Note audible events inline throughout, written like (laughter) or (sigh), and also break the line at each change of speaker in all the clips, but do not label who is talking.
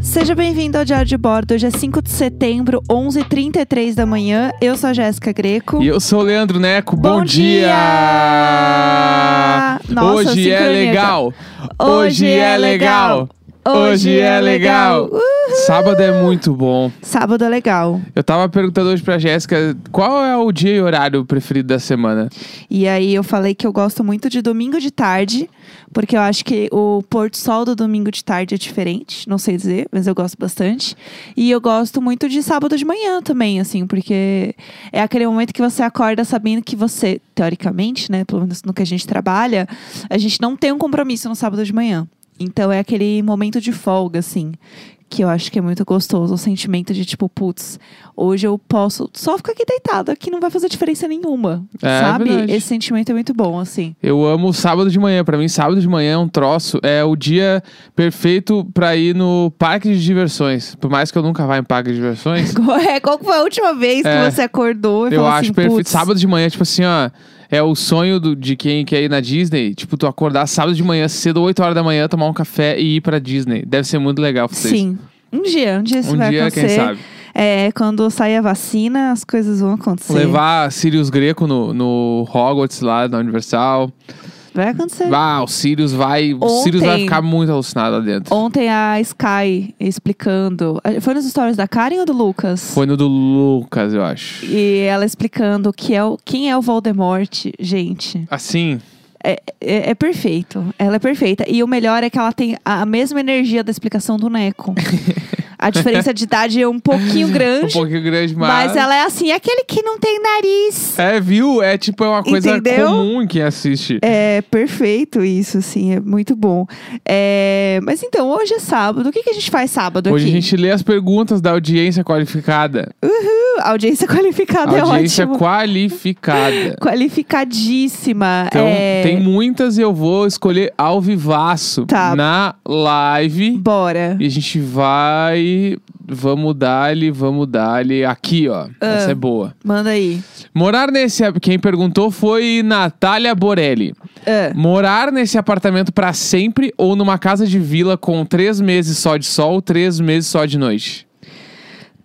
Seja bem-vindo ao Diário de Bordo. Hoje é 5 de setembro, 11h33 da manhã. Eu sou a Jéssica Greco.
E eu sou o Leandro Neco. Bom,
Bom
dia!
dia! Nossa,
Hoje é
sincronia,
legal! Hoje é legal! Hoje é legal!
Uhul!
Sábado é muito bom.
Sábado é legal.
Eu tava perguntando hoje pra Jéssica qual é o dia e horário preferido da semana.
E aí eu falei que eu gosto muito de domingo de tarde, porque eu acho que o pôr do sol do domingo de tarde é diferente, não sei dizer, mas eu gosto bastante. E eu gosto muito de sábado de manhã também, assim, porque é aquele momento que você acorda sabendo que você, teoricamente, né, pelo menos no que a gente trabalha, a gente não tem um compromisso no sábado de manhã. Então é aquele momento de folga, assim. Que eu acho que é muito gostoso, o sentimento de tipo, putz, hoje eu posso só ficar aqui deitada, que não vai fazer diferença nenhuma.
É,
sabe?
é verdade.
Esse sentimento é muito bom, assim. (laughs)
Eu amo o sábado de manhã. Pra mim, sábado de manhã é um troço. É o dia perfeito pra ir no parque de diversões. Por mais que eu nunca vá em parque de diversões,
Qual é- Qual que foi a última vez que
É.
você acordou e
Eu
falou
acho
assim,
perfeito.
putz,
Sábado de manhã, tipo assim, ó. É o sonho do- de quem quer ir na Disney. Tipo, tu acordar sábado de manhã, cedo, 8 horas da manhã, tomar um café e ir pra Disney. Deve ser muito legal pra vocês.
Sim. Um dia, um dia isso
Um
vai
dia,
acontecer.
quem sabe.
É, quando sair a vacina, as coisas vão acontecer.
Levar Sirius Greco no, no Hogwarts lá, na Universal.
Vai acontecer.
Ah, o Sirius vai. O
É. Ontem-
Sirius vai ficar muito alucinado lá dentro.
Ontem a Sky explicando. eh, Foi nos stories da Karen ou do Lucas?
Foi no do Lucas, eu acho.
E ela explicando o que é o, quem é o Voldemort, gente.
Assim,
É, é perfeito. Ela é perfeita. E o melhor é que ela tem a, a mesma energia da explicação do
(laughs)
Neco. a diferença de idade é um pouquinho
um
grande.
pouquinho grande, mas.
Mas ela é assim, é aquele que não tem nariz.
É, viu? É tipo, é uma coisa
Entendeu?
comum em quem assiste.
É perfeito isso, assim, é muito bom. É, mas então, hoje é sábado. O que, que a gente faz sábado
Hoje a
aqui?
gente lê as perguntas da audiência qualificada.
Uh, audiência (laughs) qualificada
Audiência
é ótimo.
qualificada.
Qualificadíssima.
Então,
é...
tem muitas e eu vou escolher ao vivaço
Tá. Uhum.
na live.
Bora.
E a gente vai. Vamos dar-lhe, vamos dar-lhe. Aqui, ó.
Ah.
Essa é boa.
Manda aí.
Morar nesse. Quem perguntou foi Natália Borelli.
Ah,
Morar nesse apartamento pra sempre ou numa casa de vila com três meses só de sol, três meses só de noite?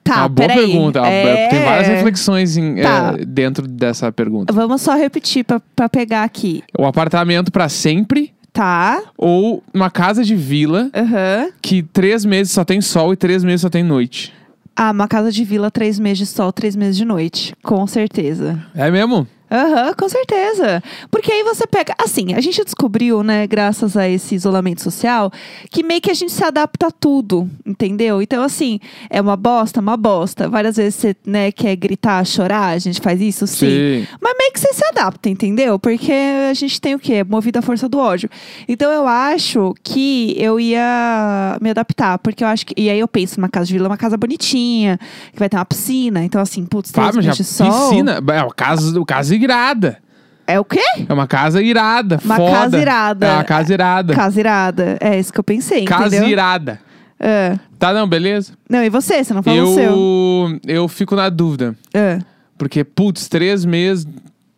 tá,
uma boa
peraí.
pergunta. Ah,
É...
Tem várias reflexões em-
Tá.
eh, dentro dessa pergunta.
Vamos só repetir pra, pra pegar aqui.
O apartamento pra sempre
Tá.
ou uma casa de vila
Aham.
que três meses só tem sol e três meses só tem noite.
Ah, uma casa de vila, três meses de sol, três meses de noite. Com certeza.
É mesmo?
Aham, com certeza. Porque aí você pega. Assim, a gente descobriu, né, graças a esse isolamento social, que meio que a gente se adapta a tudo, entendeu? Então, assim, é uma bosta, uma bosta. Várias vezes você, né, quer gritar, chorar, a gente faz isso, sim. Mas meio que você se adapta, entendeu? Porque a gente tem o quê? Movido à força do ódio. Então eu acho que eu ia me adaptar, porque eu acho que. E aí eu penso, uma casa de vila é uma casa bonitinha, que vai ter uma piscina. Então, assim, putz,
Tá,
três
mas já
meses de sol.
piscina. É uma casa, uma casa irada.
É o quê?
É uma casa irada.
Uma
foda.
casa irada.
É uma casa irada.
Casa irada. É isso que eu pensei,
Casa
entendeu?
irada.
É.
Tá, não, beleza?
Não, e você? Você não falou o seu.
eu, eu fico na dúvida.
É.
Porque, putz, três meses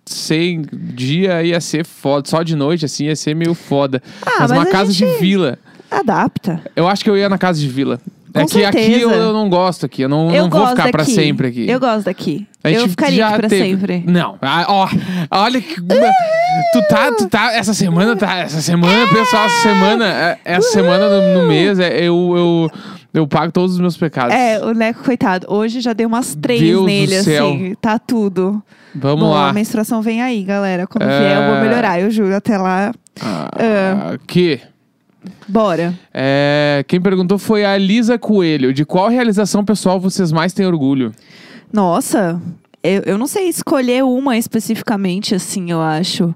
sem dia ia ser foda. Só de noite, assim, ia ser meio foda.
Ah,
mas
mas
uma
a
casa
gente-
de vila.
Adapta.
Eu acho que eu ia na casa de vila.
Com
é que
certeza.
aqui eu, eu não gosto aqui. Eu não,
eu
não
gosto
vou ficar
daqui.
pra sempre aqui.
Eu gosto daqui.
A
Eu
gente
ficaria
já
aqui pra
teve-
sempre.
Não. Ah, ó, olha que. tu tá, tu tá. Essa semana tá. Essa semana, pessoal, essa semana. é- Essa semana no, no mês, é, eu, eu, eu pago todos os meus pecados.
É, o Neco, coitado. Hoje já deu umas três
Deus do
nele,
céu.
assim. Tá tudo.
Vamos
Bom,
lá.
a menstruação vem aí, galera. Quando
É.
vier, eu vou melhorar, eu juro. Até lá,
Ah, Aqui.
bora.
É, quem perguntou foi a Lisa Coelho. De qual realização pessoal vocês mais têm orgulho?
Nossa, eu, eu não sei escolher uma especificamente, assim, eu acho.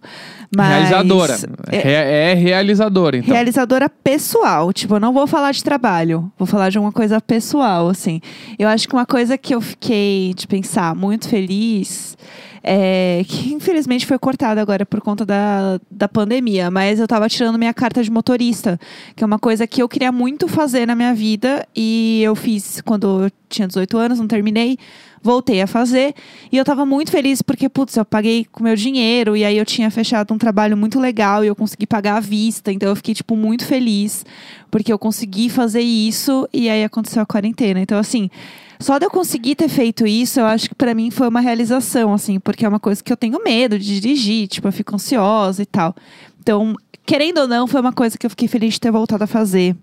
Mas...
Realizadora.
É,
Re- É, realizadora, então.
Realizadora pessoal, tipo, eu não vou falar de trabalho, vou falar de uma coisa pessoal, assim. Eu acho que uma coisa que eu fiquei de pensar muito feliz, é, que infelizmente foi cortada agora por conta da, da pandemia, mas eu tava tirando minha carta de motorista, que é uma coisa que eu queria muito fazer na minha vida e eu fiz quando eu tinha 18 anos, não terminei. voltei a fazer. E eu tava muito feliz porque, putz, eu paguei com meu dinheiro e aí eu tinha fechado um trabalho muito legal e eu consegui pagar à vista. Então eu fiquei, tipo, muito feliz porque eu consegui fazer isso e aí aconteceu a quarentena. Então, assim, só de eu conseguir ter feito isso, eu acho que pra mim foi uma realização, assim, porque é uma coisa que eu tenho medo de dirigir, tipo, eu fico ansiosa e tal. Então, querendo ou não, foi uma coisa que eu fiquei feliz de ter voltado a fazer.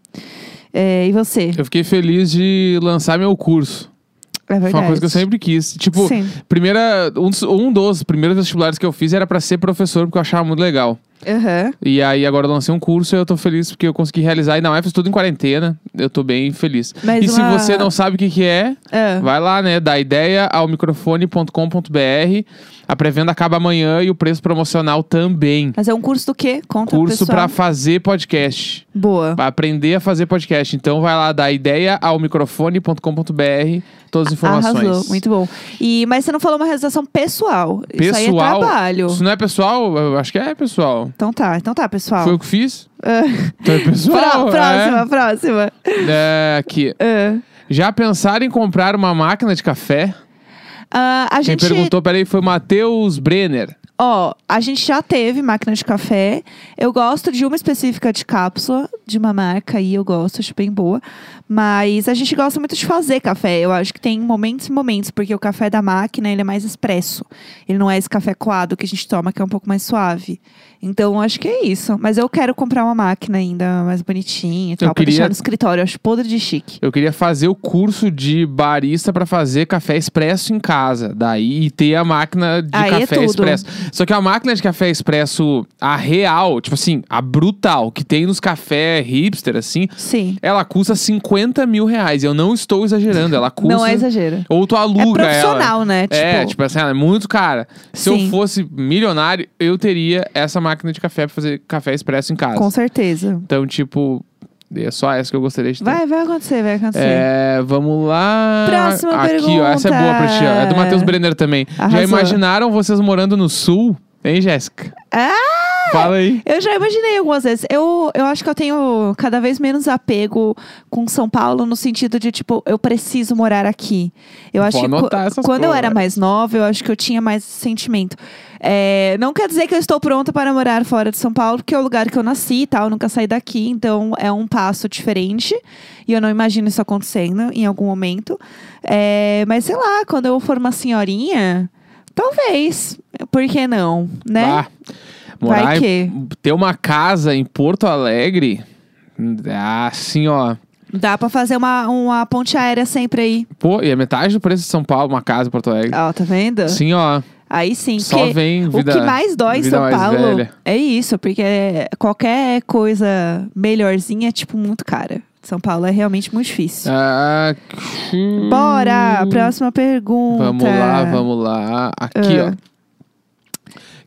É, e você?
Eu fiquei feliz de lançar meu curso.
É verdade.
Foi uma coisa que eu sempre quis. Tipo,
Sim.
primeira, um, dos- um dos primeiros vestibulares que eu fiz era pra ser professor, porque eu achava muito legal.
Aham.
E aí agora eu lancei um curso e eu tô feliz porque eu consegui realizar. E não é, fiz tudo em quarentena. Eu tô bem feliz.
Mas
e
uma-
se você não sabe o que, que é,
Ah.
vai lá, né? Da ideia ao microfone.com.br. A pré-venda acaba amanhã e o preço promocional também.
Mas é um curso do quê? Conta
curso
pessoal.
pra fazer podcast.
Boa.
Pra aprender a fazer podcast. Então vai lá, da ideia ao microfone.com.br. Todas as informações.
Arrasou, muito bom. E, mas você não falou uma realização pessoal. Isso aí é
Pessoal?
trabalho.
Isso não é pessoal? Eu acho que é pessoal.
Então tá, então tá, pessoal.
Foi o que fiz?
Ah.
Então é pessoal.
Pró- próxima, próxima.
É, é, aqui.
Ah.
Já pensaram em comprar uma máquina de café?
Ah, a
Quem
gente,
perguntou, peraí, foi o Matheus Brenner.
ó, a gente já teve máquina de café. Eu gosto de uma específica de cápsula, de uma marca aí, eu gosto, acho bem boa. Mas a gente gosta muito de fazer café. Eu acho que tem momentos e momentos, porque o café da máquina, ele é mais expresso. Ele não é esse café coado que a gente toma, que é um pouco mais suave. Então, eu acho que é isso. Mas eu quero comprar uma máquina ainda mais bonitinha e tal, pra
queria-
deixar no escritório. Eu acho podre de chique.
Eu queria fazer o curso de barista pra fazer café expresso em casa. Daí e ter a máquina de
Aí é
café
tudo.
expresso. Só que a máquina de café expresso, a real, tipo assim, a brutal, que tem nos cafés hipster, assim,
Sim.
ela custa 50 mil reais. Eu não estou exagerando, ela
(laughs)
custa.
Não é exagero.
Ou tu
É
aluga ela.
profissional, né?
É, tipo assim, ela é muito cara. Se
Sim.
eu fosse milionário, eu teria essa máquina de café pra fazer café expresso em casa.
Com certeza.
Então, tipo, é só essa que eu gostaria de ter.
Vai, vai acontecer, vai acontecer.
É, vamos lá.
Próxima
Aqui, ó,
pergunta.
essa é boa pra ti, ó. É do Matheus Brenner também.
Arrasou.
Já imaginaram vocês morando no sul? Hein, Jéssica?
Ah!
Fala aí.
Eu já imaginei algumas vezes. Eu, eu acho que eu tenho cada vez menos apego com São Paulo no sentido de, tipo, eu preciso morar aqui. Eu acho
Vou
que
anotar
qu-
essas
quando eu
coisas.
era mais nova, eu acho que eu tinha mais esse sentimento. É, não quer dizer que eu estou pronta para morar fora de São Paulo, porque é o lugar que eu nasci e tal, eu nunca saí daqui, então é um passo diferente. E eu não imagino isso acontecendo em algum momento. É, mas sei lá, quando eu for uma senhorinha, talvez. Por que não? Né?
Bah,
Vai
morar em-
que.
ter uma casa em Porto Alegre, assim, ó.
Dá pra fazer uma, uma ponte aérea sempre aí.
Pô, e é metade do preço de São Paulo, uma casa em Porto Alegre.
Ó, tá vendo?
Assim, ó.
Aí sim.
Só
porque
vem vida.
o que mais dói em
vida
São
mais
Paulo
velha.
é isso, porque qualquer coisa melhorzinha é, tipo, muito cara. São Paulo é realmente muito difícil.
Ah, que-
Bora! Próxima pergunta.
Vamos lá, vamos lá. Aqui,
Ah.
ó.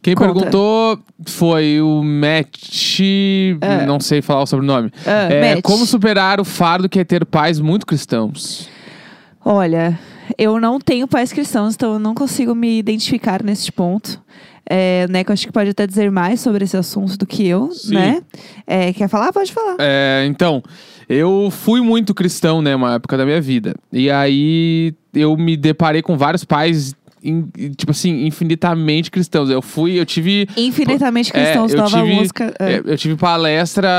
Quem
Conta.
perguntou foi o Matt. Não sei falar o sobrenome.
Ah,
é,
Matt.
como superar o fardo que é ter pais muito cristãos?
Olha, eu não tenho pais cristãos, então eu não consigo me identificar neste ponto. É, né, que eu acho que pode até dizer mais sobre esse assunto do que eu,
Sim.
né? É, quer falar? Pode falar.
É, então, eu fui muito cristão, né, uma época da minha vida. E aí eu me deparei com vários pais, in- tipo assim, infinitamente cristãos. Eu fui, eu tive.
Infinitamente
É,
cristãos,
eu
nova
tive-
música. é.
É, Eu tive palestra,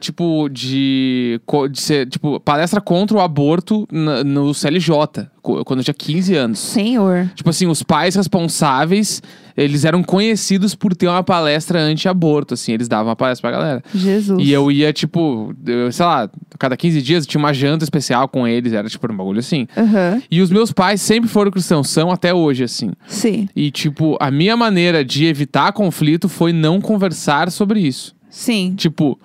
tipo, de. co- de ser, tipo, palestra contra o aborto na- no CLJ, co- quando eu tinha 15 anos.
Senhor.
Tipo assim, os pais responsáveis, eles eram conhecidos por ter uma palestra anti-aborto, assim, eles davam uma palestra pra galera.
Jesus.
E eu ia, tipo, eu, sei lá, a cada 15 dias eu tinha uma janta especial com eles, era tipo um bagulho assim.
Aham.
E os meus pais sempre foram cristãos, são até hoje, assim.
Sim,
E, tipo, a minha maneira de evitar conflito foi não conversar sobre isso.
sim.
Tipo,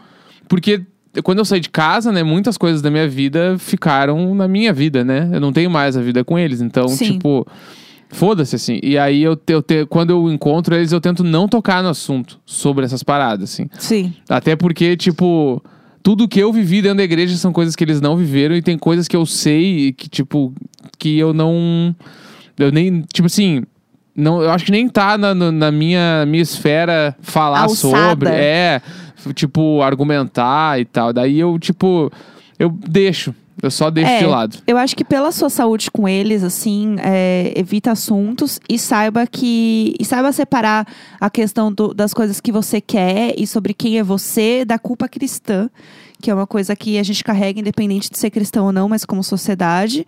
porque quando eu saí de casa, né, muitas coisas da minha vida ficaram na minha vida, né? Eu não tenho mais a vida com eles. Então,
Sim.
tipo, foda-se assim. E aí eu, te- eu te- quando eu encontro eles, eu tento não tocar no assunto sobre essas paradas, assim.
Sim.
Até porque, tipo, tudo que eu vivi dentro da igreja são coisas que eles não viveram e tem coisas que eu sei e que, tipo, que eu não. Eu nem. Tipo assim. Não, eu acho que nem tá na, no- na minha, minha esfera falar
Alçada.
sobre. É. Tipo, argumentar e tal. Daí eu, tipo. Eu deixo. Eu só deixo
É.
de lado.
Eu acho que pela sua saúde com eles, assim, é, evita assuntos e saiba que. E saiba separar a questão do- das coisas que você quer e sobre quem é você da culpa cristã, que é uma coisa que a gente carrega, independente de ser cristão ou não, mas como sociedade.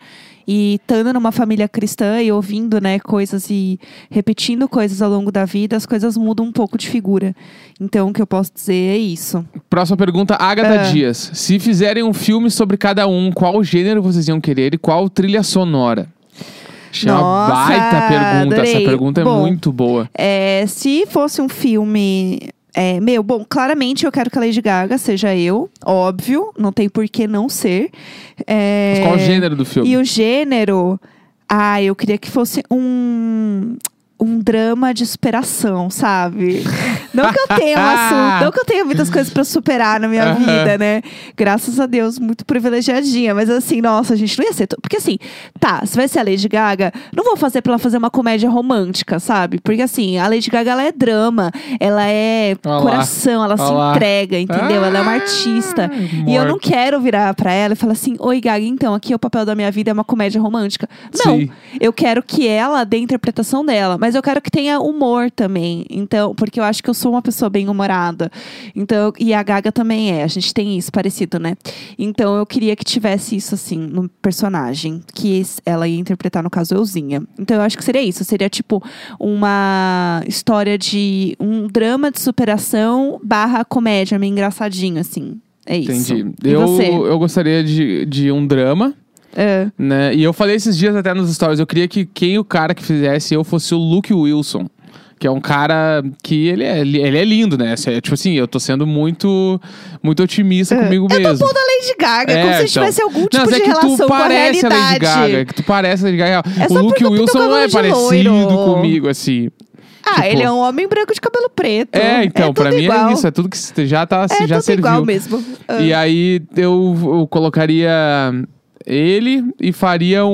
E estando numa família cristã e ouvindo, né, coisas e repetindo coisas ao longo da vida, as coisas mudam um pouco de figura. Então, o que eu posso dizer é isso.
Próxima pergunta, Agatha
Ah.
Dias. Se fizerem um filme sobre cada um, qual gênero vocês iam querer e qual trilha sonora? Achei uma
Nossa,
baita pergunta. Essa
adorei.
pergunta é
Bom.
muito boa.
É, se fosse um filme. é, meu, bom, claramente eu quero que a Lady Gaga seja eu, óbvio, não tem por que não ser. É,
Mas qual o gênero do filme?
E o gênero. Ah, eu queria que fosse um. Um drama de superação, sabe? Não que eu tenha
(laughs)
um assunto, não que eu tenha muitas coisas pra superar na minha
Aham.
vida, né? Graças a Deus, muito privilegiadinha. Mas assim, nossa, a gente não ia ser. to- Porque assim, tá, se vai ser a Lady Gaga, não vou fazer pra ela fazer uma comédia romântica, sabe? Porque assim, a Lady Gaga, ela é drama, ela é
Olha lá.
coração, ela se
Olha lá. Ah.
entrega, entendeu? Ela é uma artista. E eu não
Morto.
quero virar pra ela e falar assim: Oi, Gaga, então, aqui é o papel da minha vida, é uma comédia romântica. Não.
Sim.
Eu quero que ela dê a interpretação dela, mas eu quero que tenha humor também. Então, porque eu acho que eu sou uma pessoa bem humorada. Então, e a Gaga também é. A gente tem isso parecido, né? Então, eu queria que tivesse isso, assim, no personagem que es- ela ia interpretar, no caso, Euzinha. Então, eu acho que seria isso. Seria, tipo, uma história de um drama de superação barra comédia, meio engraçadinho, assim. É isso.
Entendi.
E você?
Eu, eu gostaria de, de um drama,
É.
né? E eu falei esses dias até nos stories, eu queria que quem o cara que fizesse eu fosse o Luke Wilson. Que é um cara que ele é, ele é lindo, né? Assim, é Tipo assim, eu tô sendo muito, muito otimista comigo
É. Eu tô
mesmo.
pondo a Lady Gaga,
É,
como se a gente
então.
tivesse algum tipo
Não, mas
de
é que
relação
tu
com a
parece a Lady
realidade.
Gaga, é que tu parece a Lady Gaga.
É
o
só
Luke
porque eu pinto o
Wilson não
cabelo
é
de
parecido
loiro.
comigo, assim.
Ah,
Tipo-
ele é um homem branco de cabelo preto.
É, então,
é
pra
tudo
mim
igual.
é isso, é tudo que se- já tá, se
É
já
tudo
serviu.
igual mesmo. Ah.
E aí eu, eu colocaria ele e faria um,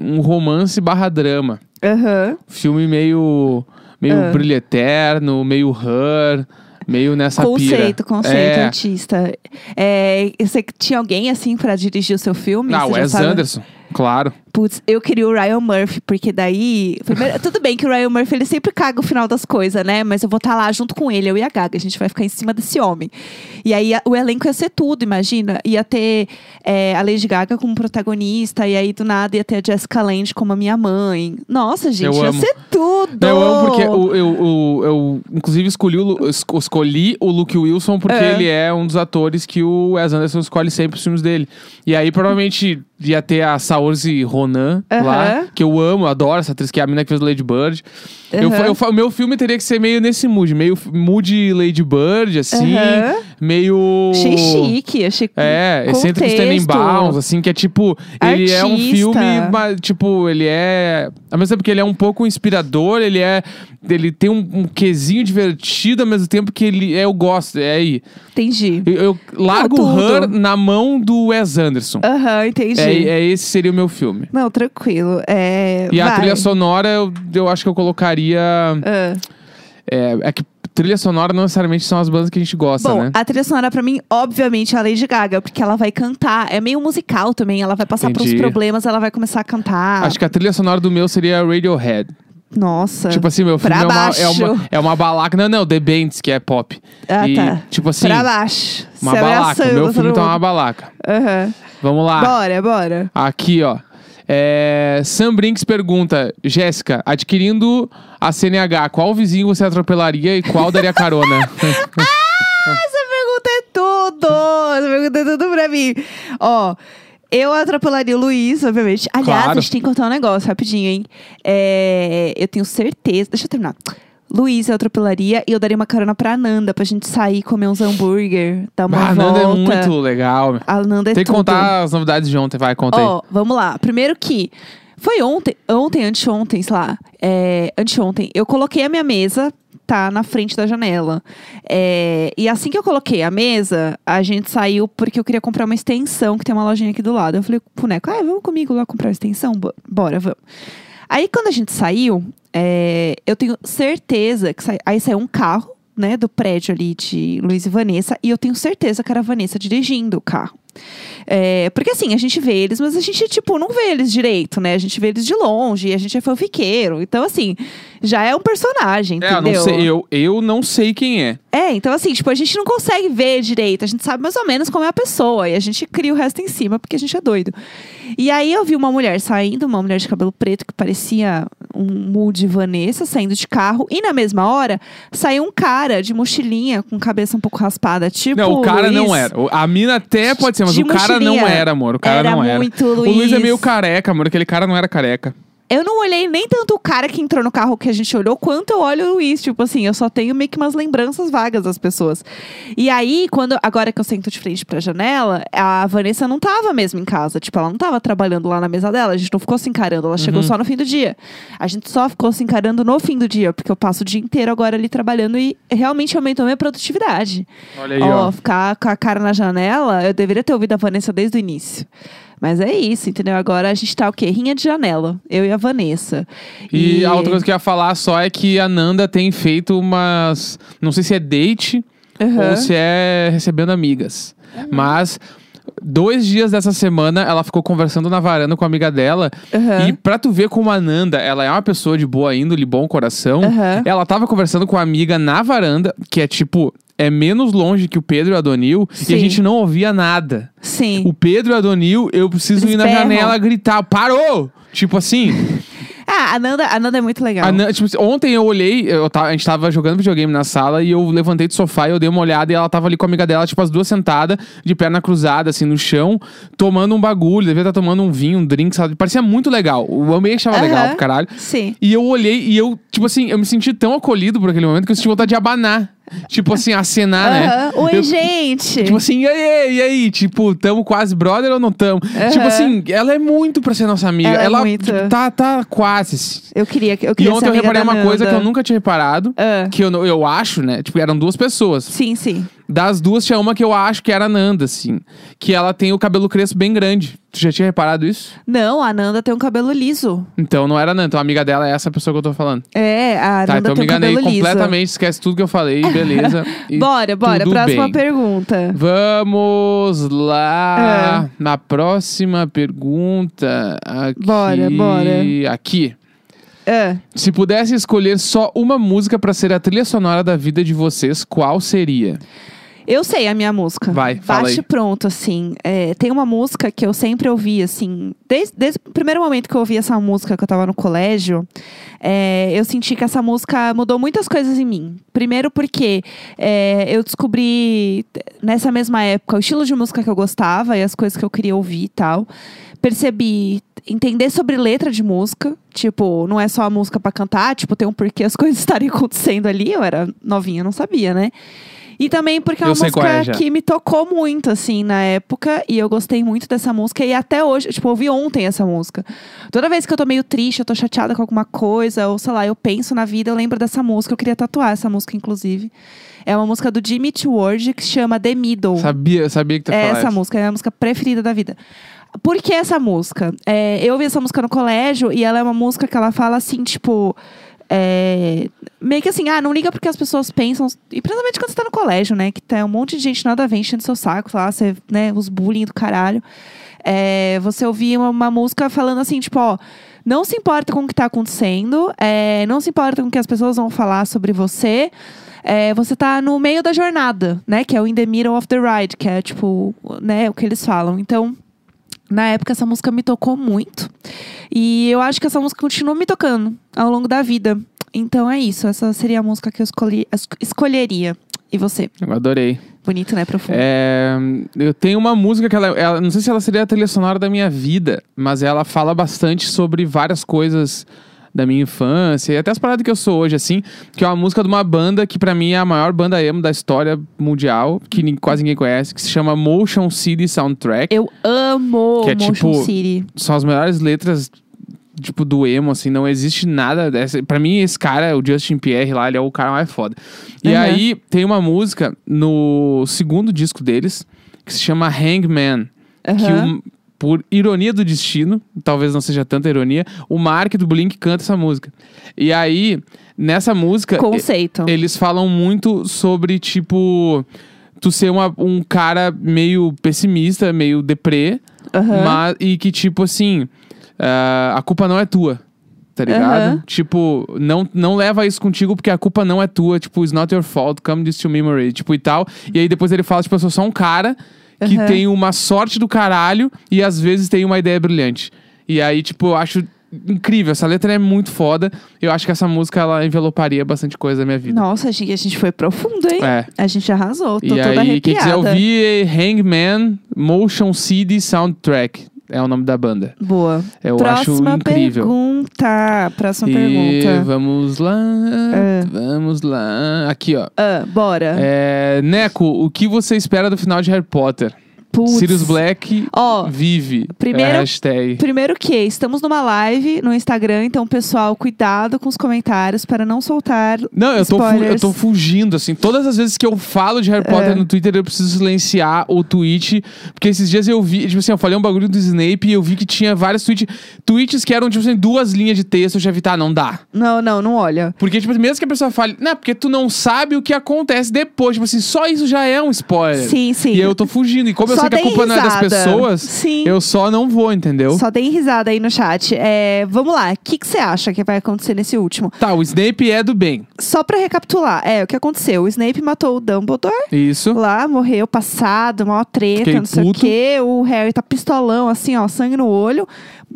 um, um romance barra drama.
Aham.
Filme meio, meio
Ah.
Brilho Eterno, meio Her, meio nessa
Conceito,
pira.
conceito,
É.
artista. É, você tinha alguém assim pra dirigir o seu filme?
Ah,
Você já
Wes
sabe? né?
Anderson, claro.
Putz, eu queria o Ryan Murphy, porque daí.
(laughs)
primeiro- tudo bem que o Ryan Murphy ele sempre caga o final das coisas, né? Mas eu vou estar lá junto com ele, eu e a Gaga. A gente vai ficar em cima desse homem. E aí a- o elenco ia ser tudo, imagina. Ia ter é, a Lady Gaga como protagonista, e aí do nada ia ter a Jessica Lange como a minha mãe. Nossa, gente,
Eu
ia
amo.
ser tudo!
Eu amo porque eu, eu, eu, eu, inclusive, escolhi o, Lu- esco- escolhi o Luke Wilson porque
É.
ele é um dos atores que o Wes Anderson escolhe sempre os filmes dele. E aí, provavelmente, ia ter a Saoirse Ronan
Aham.
lá, que eu amo, adoro essa atriz, que é a mina que fez Lady Bird. Eu, fa-
Aham.
eu fa- o meu filme teria que ser meio nesse mood, meio f- mood Lady Bird, assim,
Aham.
meio...
Achei chique, achei
É, excêntrico
contexto.
Tenenbaums, assim, que é tipo, ele é um
Artista.
filme, mas, tipo, ele é. Ao mesmo tempo que ele é um pouco inspirador, ele é. Ele tem um, um quesinho divertido, ao mesmo tempo que ele é, eu gosto. É aí.
Entendi.
Eu, eu largo
Não,
o
tudo.
Her na mão do Wes Anderson.
Aham, entendi.
É, é esse seria o meu filme.
Não, tranquilo. É,
E a
vai.
trilha sonora, eu, eu acho que eu colocaria.
Ah.
É, é que trilha sonora não necessariamente são as bandas que a gente gosta,
Bom,
né?
a trilha sonora pra mim, obviamente, é a Lady Gaga, porque ela vai cantar. É meio musical também, ela vai passar por uns
Entendi.
problemas, ela vai começar a cantar.
Acho que a trilha sonora do meu seria Radiohead.
Nossa.
Tipo assim, meu
Pra
filme é uma, é,
baixo.
uma, é uma balaca. Não, não, The Bands, que é pop.
Ah,
E,
tá.
Tipo assim,
pra baixo.
uma
se
balaca.
abraçando,
Meu filme
todo
tá uma Ah.
mundo.
balaca.
Aham.
Vamos lá.
Bora, bora.
Aqui, ó. É, Sam Brinks pergunta: Jéssica, adquirindo a CNH, qual vizinho você atropelaria e qual
(laughs)
daria carona?
Essa pergunta é tudo! Essa pergunta é tudo pra mim. Ó, eu atropelaria o Luiz, obviamente. Aliás,
Claro.
a gente tem que contar um negócio rapidinho, hein? É, eu tenho certeza. Deixa eu terminar. Luiz, eu atropelaria e eu daria uma carona pra Nanda pra gente sair comer uns hambúrguer, dar uma
ah,
volta.
Nanda é muito legal. meu.
A Nanda é
Tem que
tudo.
contar as novidades de ontem, vai, conta aí.
Ó, vamos lá. Primeiro que foi ontem, ontem, anteontem, sei lá, é, anteontem, eu coloquei a minha mesa, tá, na frente da janela. É, e assim que eu coloquei a mesa, a gente saiu porque eu queria comprar uma extensão, que tem uma lojinha aqui do lado. Eu falei, pro boneco, ah, vamos comigo lá comprar uma extensão? Bo- Bora, vamos. Aí quando a gente saiu, é, eu tenho certeza que sai- aí saiu um carro, né, do prédio ali de Luiz e Vanessa, e eu tenho certeza que era a Vanessa dirigindo o carro. É, porque assim, a gente vê eles, mas a gente, tipo, não vê eles direito, né? A gente vê eles de longe, a gente é fanfiqueiro. Então, assim, já é um personagem,
É, eu
entendeu?
não sei, eu, eu não sei quem é.
É, então assim, tipo, a gente não consegue ver direito, a gente sabe mais ou menos como é a pessoa, e a gente cria o resto em cima, porque a gente é doido. E aí eu vi uma mulher saindo, uma mulher de cabelo preto, que parecia um mood Vanessa, saindo de carro, e na mesma hora saiu um cara de mochilinha, com cabeça um pouco raspada, tipo.
Não, o cara não
Luiz.
era. O- A mina até pode ser, mas
De
o cara não
mochilinha.
era, amor. O cara
Era
não era.
muito
o Luiz é
Luiz.
meio careca, amor. Aquele cara não era careca.
Eu não olhei nem tanto o cara que entrou no carro que a gente olhou, quanto eu olho o Luiz. Tipo assim, eu só tenho meio que umas lembranças vagas das pessoas. E aí, quando agora que eu sento de frente pra janela, a Vanessa não tava mesmo em casa. Tipo, ela não tava trabalhando lá na mesa dela. A gente não ficou se encarando. Ela chegou só no fim do dia. A gente só ficou se encarando no fim do dia, porque eu passo o dia inteiro agora ali trabalhando e realmente aumentou minha produtividade.
Olha aí,
Ó,
ó.
ficar com a cara na janela, eu deveria ter ouvido a Vanessa desde o início. Mas é isso, entendeu? Agora a gente tá o quê? Rinha de janela. Eu e a Vanessa.
E a outra coisa que eu ia falar só é que a Nanda tem feito umas. Não sei se é date
Aham. Uhum.
ou se é recebendo amigas. Mas. Dois dias dessa semana, ela ficou conversando na varanda com a amiga dela.
Aham.
E pra tu ver como a Nanda, ela é uma pessoa de boa índole, bom coração.
Aham.
Ela tava conversando com a amiga na varanda, que é tipo, é menos longe que o Pedro e o Adonil. E a
Sim.
gente não ouvia nada.
Sim.
O Pedro e o Adonil, eu preciso
Eles
ir na
berram.
janela gritar, parou! Tipo assim.
Ah, a Nanda, a Nanda é muito legal.
A Nan- tipo, ontem eu olhei, eu ta- a gente tava jogando videogame na sala e eu levantei do sofá e eu dei uma olhada e ela tava ali com a amiga dela, tipo, as duas sentadas, de perna cruzada, assim, no chão, tomando um bagulho, devia estar tomando um vinho, um drink, sabe? Parecia muito legal. O ambiente tava legal
Aham.
pro caralho.
Sim.
E eu olhei e eu, tipo assim, eu me senti tão acolhido por aquele momento que eu senti vontade de abanar. Tipo assim, acenar, né?
Aham. Oi,
Eu-
gente.
Tipo assim, e aí, e aí? Tipo, tamo quase brother ou não tamo? Tipo assim, ela é muito pra ser nossa amiga.
Ela é
Ela,
muito.
tipo, tá, tá quase.
Eu queria que eu
E
queria ser
ontem eu
amiga
reparei
da
uma coisa que
Nanda.
eu nunca tinha reparado.
Ah.
Que eu, não- eu acho, né? Tipo, eram duas pessoas.
Sim, sim.
Das duas tinha uma que eu acho que era a Nanda, assim. Que ela tem o cabelo crespo bem grande. Tu já tinha reparado isso?
Não, a Nanda tem um cabelo liso.
Então não era a Nanda. Então a amiga dela é essa pessoa que eu tô falando.
É, a
tá,
Nanda
então eu me
tem um
enganei
cabelo liso.
completamente. Esquece tudo que eu falei,
(laughs)
beleza. E
Bora, bora.
tudo
Próxima
bem.
pergunta.
Vamos lá.
É.
Na próxima pergunta. Aqui,
Bora, bora.
Aqui.
Ah.
Se pudesse escolher só uma música pra ser a trilha sonora da vida de vocês, qual seria?
Eu sei a minha música.
Vai, fala
Bate
aí.
pronto, assim. É, tem uma música que eu sempre ouvi, assim. Desde, desde o primeiro momento que eu ouvi essa música, que eu tava no colégio, é, eu senti que essa música mudou muitas coisas em mim. Primeiro porque é, eu descobri, t- nessa mesma época, o estilo de música que eu gostava e as coisas que eu queria ouvir e tal. Percebi entender sobre letra de música. Tipo, não é só a música pra cantar, tipo, tem um porquê as (laughs) coisas estarem acontecendo ali. Eu era novinha, não sabia, né? E também porque é
Eu
uma
sei qual é,
música
já.
que me tocou muito, assim, na época. E eu gostei muito dessa música. E até hoje, tipo, eu ouvi ontem essa música. Toda vez que eu tô meio triste, eu tô chateada com alguma coisa, ou sei lá, eu penso na vida, eu lembro dessa música. Eu queria tatuar essa música, inclusive. É uma música do Jimmy T. Ward que chama The Middle.
Sabia, sabia que tu ia
É
falar
Uh. essa
isso.
música, é a música preferida da vida. Por que essa música? É, eu ouvi essa música no colégio e ela é uma música que ela fala assim, tipo. é, meio que assim, ah, não liga porque as pessoas pensam. E principalmente quando você tá no colégio, né? Que tem um monte de gente nada a ver enchendo seu saco, lá, você, né, os bullying do caralho. É, você ouvia uma, uma música falando assim, tipo, ó, não se importa com o que tá acontecendo, é, não se importa com o que as pessoas vão falar sobre você. É, você tá no meio da jornada, né? Que é o In the Middle of the Ride, que é tipo, né, o que eles falam. Então, na época, essa música me tocou muito. E eu acho que essa música continua me tocando ao longo da vida. Então é isso, essa seria a música que eu escolhi, es- escolheria. E você?
Eu adorei.
Bonito, né? Profundo.
É, eu tenho uma música que ela, ela- Não sei se ela seria a trilha sonora da minha vida, mas ela fala bastante sobre várias coisas da minha infância e até as paradas que eu sou hoje, assim. Que é uma música de uma banda que, pra mim, é a maior banda emo da história mundial, que nin- quase ninguém conhece, que se chama Motion City Soundtrack.
Eu amo
Que é
Motion
tipo-
City.
São as melhores letras. Tipo, do emo, assim, não existe nada dessa. Pra mim, esse cara, o Justin Pierre lá, ele é o cara mais foda. E
Aham.
aí, tem uma música no segundo disco deles, que se chama Hangman. Que,
Aham.
o- por ironia do destino, talvez não seja tanta ironia, o Mark do Blink canta essa música. E aí, nessa música,
Conceito.
eles falam muito sobre, tipo. tu ser uma- um cara meio pessimista, meio deprê,
Aham.
mas, e que, tipo assim, ah, a culpa não é tua. Tá ligado?
Aham.
Tipo, não, não leva isso contigo porque a culpa não é tua. Tipo, it's not your fault, come this to memory. Tipo, e tal. E aí depois ele fala, tipo, eu sou só um cara que
Aham.
tem uma sorte do caralho e às vezes tem uma ideia brilhante. E aí, tipo, eu acho incrível. Essa letra é muito foda. Eu acho que essa música, ela enveloparia bastante coisa na minha vida.
Nossa, a gente, a gente foi profundo, hein?
É.
A gente arrasou. Tô
E
toda
aí,
arrepiada.
quem quiser ouvir, é Hangman Motion City Soundtrack. É o nome da banda.
Boa.
Eu
Próxima
acho incrível.
pergunta. Próxima
e
pergunta.
vamos lá,
É.
vamos lá. Aqui, ó.
Ah, bora.
É, Neco, o que você espera do final de Harry Potter?
Putz.
Sirius Black
Ó,
vive.
primeiro-
É a hashtag.
Primeiro que estamos numa live no Instagram, então, pessoal, cuidado com os comentários para não soltar.
Não, eu tô, fu- eu
Spoilers. É.
tô fugindo, assim. Todas as vezes que eu falo de Harry Potter no Twitter, eu preciso silenciar o tweet. Porque esses dias eu vi, tipo assim, eu falei um bagulho do Snape e eu vi que tinha vários tweets. Tweets que eram, tipo assim, duas linhas de texto. Eu já vi, tá, não dá.
Não, não, não olha.
Porque, tipo, mesmo que a pessoa fale, não, porque tu não sabe o que acontece depois. Tipo assim, só isso já é um spoiler.
Sim, sim.
E eu tô fugindo. E como eu
Só
sei que a
dei
culpa não é das
risada.
pessoas,
Sim.
eu só não vou, entendeu?
Só tem risada aí no chat. É, vamos lá, o que que você acha que vai acontecer nesse último?
Tá, o Snape é do bem.
Só pra recapitular, é, o que aconteceu? O Snape matou o Dumbledore
Isso.
lá, morreu passado, maior treta,
Hum. Fiquei
não sei
puto.
o quê. O Harry tá pistolão, assim, ó, sangue no olho.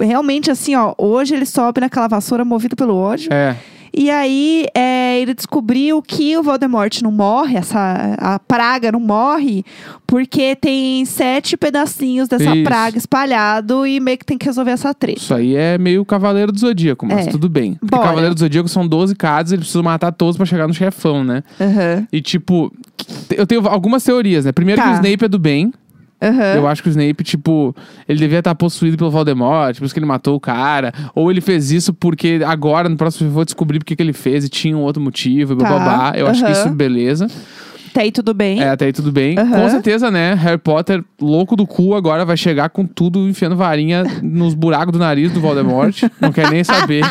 Realmente, assim, ó, hoje ele sobe naquela vassoura movido pelo ódio.
É.
E aí é, ele descobriu que o Voldemort não morre, essa a praga não morre, porque tem sete pedacinhos dessa
Isso.
praga espalhado e meio que tem que resolver essa treta.
Isso aí é meio Cavaleiro do Zodíaco, mas
É.
tudo bem. Porque
Bora.
Cavaleiro do Zodíaco são 12 casas, ele precisa matar todos pra chegar no chefão, né?
Aham,
E tipo, eu tenho algumas teorias, né? Primeiro que
Tá.
o Snape é do bem.
aham.
Eu acho que o Snape, tipo, ele devia estar possuído pelo Voldemort, por isso que ele matou o cara. Ou ele fez isso porque agora, no próximo filme, eu vou descobrir porque que ele fez e tinha um outro motivo, e
Tá.
blá, blá, blá. Eu acho
Aham.
que isso, beleza.
Até aí tudo bem.
É, até aí tudo bem.
Aham.
Com certeza, né? Harry Potter, louco do cu, agora vai chegar com tudo enfiando varinha nos buracos do nariz do Voldemort. Não quer
(laughs)
nem saber.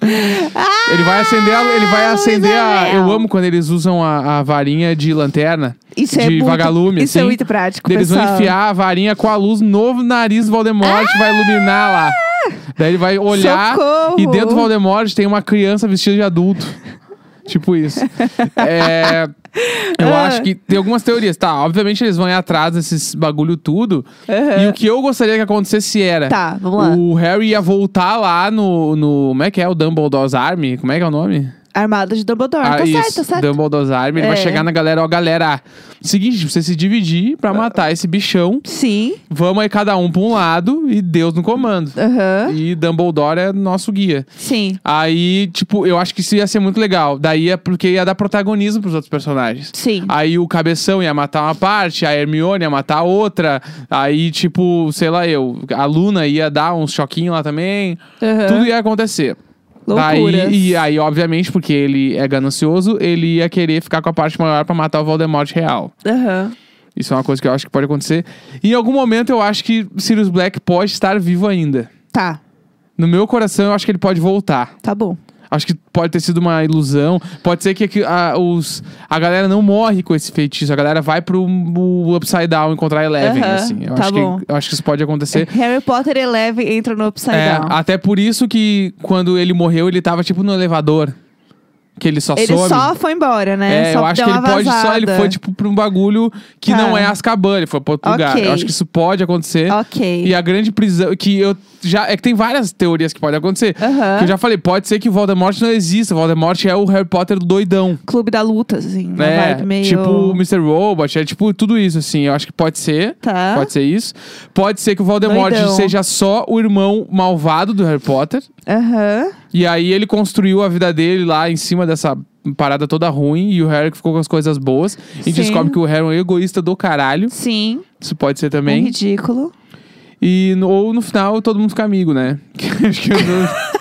ele vai acender a. Ele vai
Ah,
acender a.
Isabel!
Eu amo quando eles usam a, a varinha de lanterna.
Isso é
de
muito,
vagalume,
Isso é
assim.
muito prático,
Daí Eles vão
pessoal.
enfiar a varinha com a luz no nariz do Voldemort e vai iluminar lá. Daí ele vai
Ah!
olhar
Socorro!
e dentro do Voldemort tem uma criança vestida de adulto.
(laughs)
tipo isso. É, eu
Ah.
acho que tem algumas teorias. Tá, obviamente eles vão ir atrás desses bagulho tudo. E o que eu gostaria que acontecesse era...
Tá, vamos lá.
O Harry ia voltar lá no, no... Como é que é? O Dumbledore's Army? Como é que é o nome?
Armada de Dumbledore.
Ah,
tá
isso.
certo, tá certo.
Dumbledore's Army. Ele vai
É.
chegar na galera, ó, galera... Seguinte, você se dividir
Ah.
pra matar esse bichão.
Sim,
Vamos aí cada um pra um lado e Deus no comando.
aham.
E Dumbledore é nosso guia.
Sim,
Aí, tipo, eu acho que isso ia ser muito legal. Daí é porque ia dar protagonismo pros outros personagens.
sim.
Aí o Cabeção ia matar uma parte, a Hermione ia matar outra. Aí, tipo, sei lá eu, a Luna ia dar uns choquinhos lá também.
Aham.
Tudo ia acontecer.
Loucuras.
Daí, e aí, obviamente, porque ele é ganancioso, ele ia querer ficar com a parte maior pra matar o Voldemort real.
Aham.
Isso é uma coisa que eu acho que pode acontecer. E em algum momento eu acho que Sirius Black pode estar vivo ainda.
Tá,
No meu coração eu acho que ele pode voltar.
tá bom.
Acho que pode ter sido uma ilusão. Pode ser que aqui- a, os, a galera não morre com esse feitiço. A galera vai pro o Upside Down encontrar Eleven,
Aham,
assim. Eu,
tá
acho
bom.
Que, eu acho que isso pode acontecer.
Harry Potter e Eleven entram no Upside
É,
Down.
até por isso que quando ele morreu, ele tava tipo no elevador. Que ele só
Ele
some.
só foi embora, né?
É,
só
eu acho
deu
que ele
uma
pode só.
vazada.
Ele foi, tipo, pra um bagulho que
Tá.
não é Azkaban, ele foi pra outro
Ok.
lugar. Eu acho que isso pode acontecer.
Ok.
né? E a grande prisão. Que eu já. É que tem várias teorias que podem acontecer.
Aham.
Que eu já falei, pode ser que o Voldemort não exista. O Voldemort é o Harry Potter doidão.
Clube da luta, assim. Uma
É,
vibe meio...
tipo o Mr. Robot, é tipo tudo isso, assim. Eu acho que pode ser.
Tá.
Pode ser isso. Pode ser que o Voldemort
Doidão.
seja só o irmão malvado do Harry Potter.
Aham.
E aí ele construiu a vida dele lá em cima dessa parada toda ruim e o Harry que ficou com as coisas boas. E
Sim.
descobre que o Harry é um egoísta do caralho.
Sim.
Isso pode ser
É
também.
ridículo.
E no- ou no final todo mundo fica amigo, né? (laughs) Que acho que eu tô-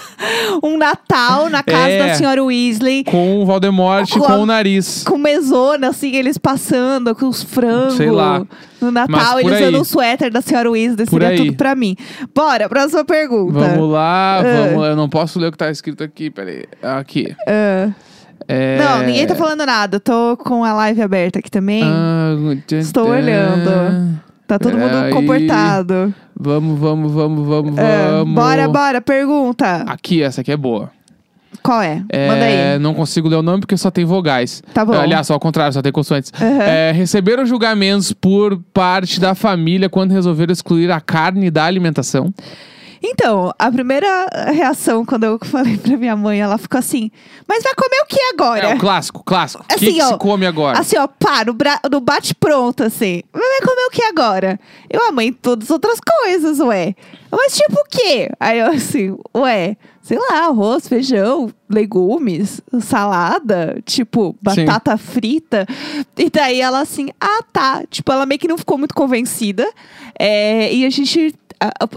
Um Natal na casa
É.
da senhora Weasley.
com o Voldemort e
Com a-
com o nariz.
Com mesona, assim, eles passando com os frangos.
Sei lá.
No
Mas
Natal,
por
eles
aí.
usando o suéter da senhora Weasley.
Por
Seria
aí.
tudo pra mim. Bora, próxima pergunta.
Vamos lá,
Ah.
vamos lá. Eu não posso ler o que tá escrito aqui, peraí. Aqui.
Ah,
É...
Não, ninguém tá falando nada. Eu Tô com a live aberta aqui também.
Ah,
Estou olhando. tá todo mundo
aí.
comportado.
Vamos, vamos, vamos, vamos,
É,
vamos.
bora, bora, pergunta.
Aqui, essa aqui é boa.
Qual é?
É,
Manda aí.
Não consigo ler o nome porque só tem vogais.
Tá bom.
Aliás, só ao contrário, só tem consoantes. É, receberam julgamentos por parte da família quando resolveram excluir a carne da alimentação.
Então, a primeira reação quando eu falei pra minha mãe, ela ficou assim: Mas vai comer o que agora?
É o clássico, clássico. O
Assim,
que, que
ó,
se come agora?
Assim, ó, pá, no, bra- no bate-pronto, assim. Mas vai comer o que agora? Eu amei todas as outras coisas, ué. Mas tipo o quê? Aí eu assim, ué, sei lá, arroz, feijão, legumes, salada, tipo,
Sim.
batata frita. E daí ela assim, ah, tá. Tipo, ela meio que não ficou muito convencida. É, e a gente.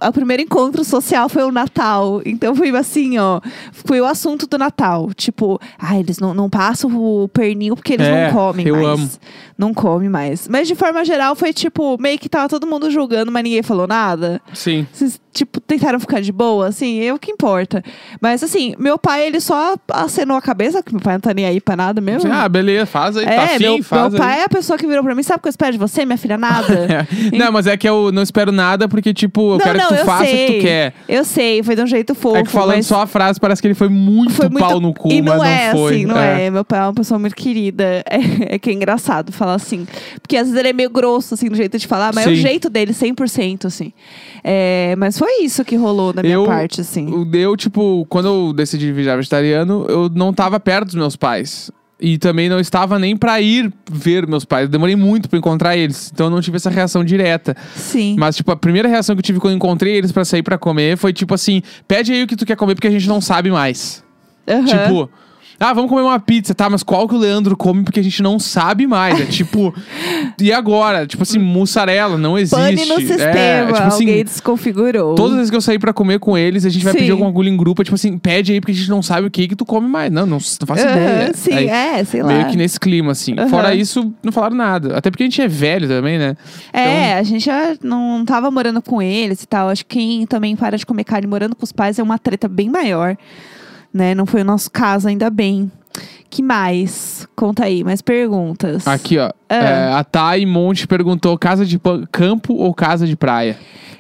O primeiro encontro social foi o Natal. Então foi assim, ó. Foi o assunto do Natal. Tipo, ah, eles não, não passam o pernil porque eles
É,
não comem
eu
mais.
amo.
Não come mais. Mas de forma geral foi tipo, meio que tava todo mundo julgando, mas ninguém falou nada.
Sim.
Vocês, tipo, tentaram ficar de boa, assim, é o que importa. Mas assim, meu pai, ele só acenou a cabeça, que meu pai não tá nem aí pra nada mesmo.
Ah, beleza, faz aí. tá
é,
afim,
meu,
faz
meu
aí.
pai é a pessoa que virou pra mim, sabe o que eu espero de você, minha filha? Nada.
(laughs) É. Não, mas é que eu não espero nada porque, tipo, eu
não,
quero
não,
que tu
eu
faça
sei.
o que tu quer.
Eu sei, foi de um jeito fofo.
é que falando
mas
só a frase, parece que ele foi muito,
foi muito
pau no cu,
e não
mas
é
não foi.
assim, não
É.
é. Meu pai é uma pessoa muito querida. (laughs) É, que é engraçado falar assim. Porque às vezes ele é meio grosso, assim, do jeito de falar, mas é o
Sim.
jeito dele, 100%, assim. É, mas foi isso que rolou da minha
Eu-
parte, assim.
O- Eu, tipo, quando eu decidi virar vegetariano, eu não tava perto dos meus pais. E também não estava nem pra ir ver meus pais. Eu demorei muito pra encontrar eles. Então eu não tive essa reação direta.
Sim.
Mas, tipo, a primeira reação que eu tive quando encontrei eles pra sair pra comer foi tipo assim: pede aí o que tu quer comer porque a gente não sabe mais.
Aham.
Tipo. Ah, vamos comer uma pizza, tá? Mas qual que o Leandro come porque a gente não sabe mais?
(laughs)
É tipo. e agora? Tipo assim, mussarela, não existe.
Pane no sistema,
É, tipo assim,
alguém desconfigurou.
Todas as vezes que eu sair pra comer com eles, a gente vai
Sim.
pedir alguma agulha em grupo, é tipo assim, pede aí porque a gente não sabe o que que tu come mais. Não, não, s- não faço
Aham,
ideia.
Sim,
Aí,
é, sei lá.
meio que nesse clima, assim.
Aham.
Fora isso, não falaram nada. Até porque a gente é velho também, né?
É, a gente já não tava morando com eles e tal. Acho que quem também para de comer carne morando com os pais é uma treta bem maior, né? Não foi o nosso caso, ainda bem. Que mais? Conta aí, mais perguntas.
Aqui, ó. é, a Thay Monte perguntou: casa de pan- campo ou casa de praia?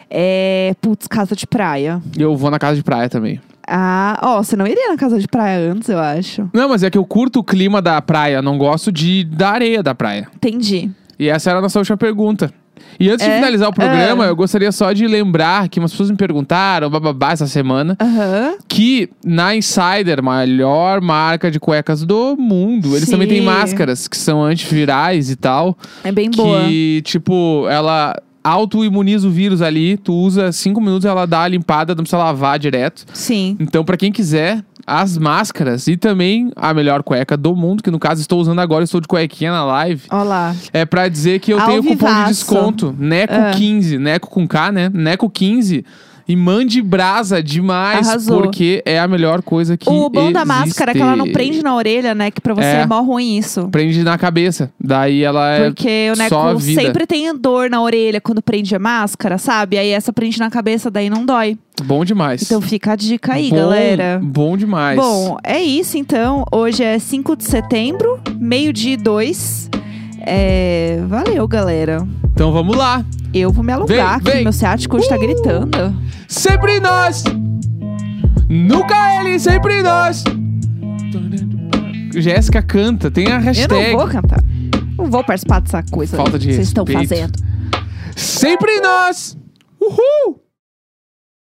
É, putz, casa de praia.
Eu vou na casa de praia também.
Ah, ó, você não iria na casa de praia antes, eu acho.
Não, mas é que eu curto o clima da praia, não gosto de da areia da praia.
Entendi.
E essa era a nossa última pergunta. E antes
É?
de finalizar o programa,
Ah.
eu gostaria só de lembrar que umas pessoas me perguntaram, bababá, essa semana.
Aham.
que na Insider, maior marca de cuecas do mundo, eles
Sim.
também têm máscaras que são antivirais e tal.
É bem boa.
Que, tipo, ela autoimuniza o vírus ali, tu usa cinco minutos, ela dá a limpada, não precisa lavar direto.
Sim.
Então, pra quem quiser, as máscaras e também a melhor cueca do mundo, que no caso estou usando agora, estou de cuequinha na live.
Ó lá.
É pra dizer que eu tenho cupom de
Alvivaço.
desconto,
Ah.
NECO15, NECO com K, né? NECO15. E mande brasa demais,
Arrasou.
porque é a melhor coisa que
O bom da
existe.
máscara é que ela não prende na orelha, né? Que pra você
É.
é, mó ruim isso.
Prende na cabeça. Daí ela é...
Porque o
só a
Neco
vida.
sempre tem dor na orelha quando prende a máscara, sabe? Aí essa prende na cabeça, daí não dói.
Bom demais.
Então fica a dica aí,
Bom-
galera.
Bom demais.
Bom, é isso então. Hoje é 5 de setembro, meio-dia e dois. É, Valeu, galera.
Então vamos lá.
Eu vou me alongar,
Vem,
que
vem. Uh!
meu ciático hoje tá gritando.
Sempre nós! Nunca ele, sempre nós! Jéssica canta, tem a
Eu
hashtag.
não vou cantar. Não vou participar dessa coisa
Falta de
que vocês estão
respeito.
fazendo.
Sempre nós! Uhul!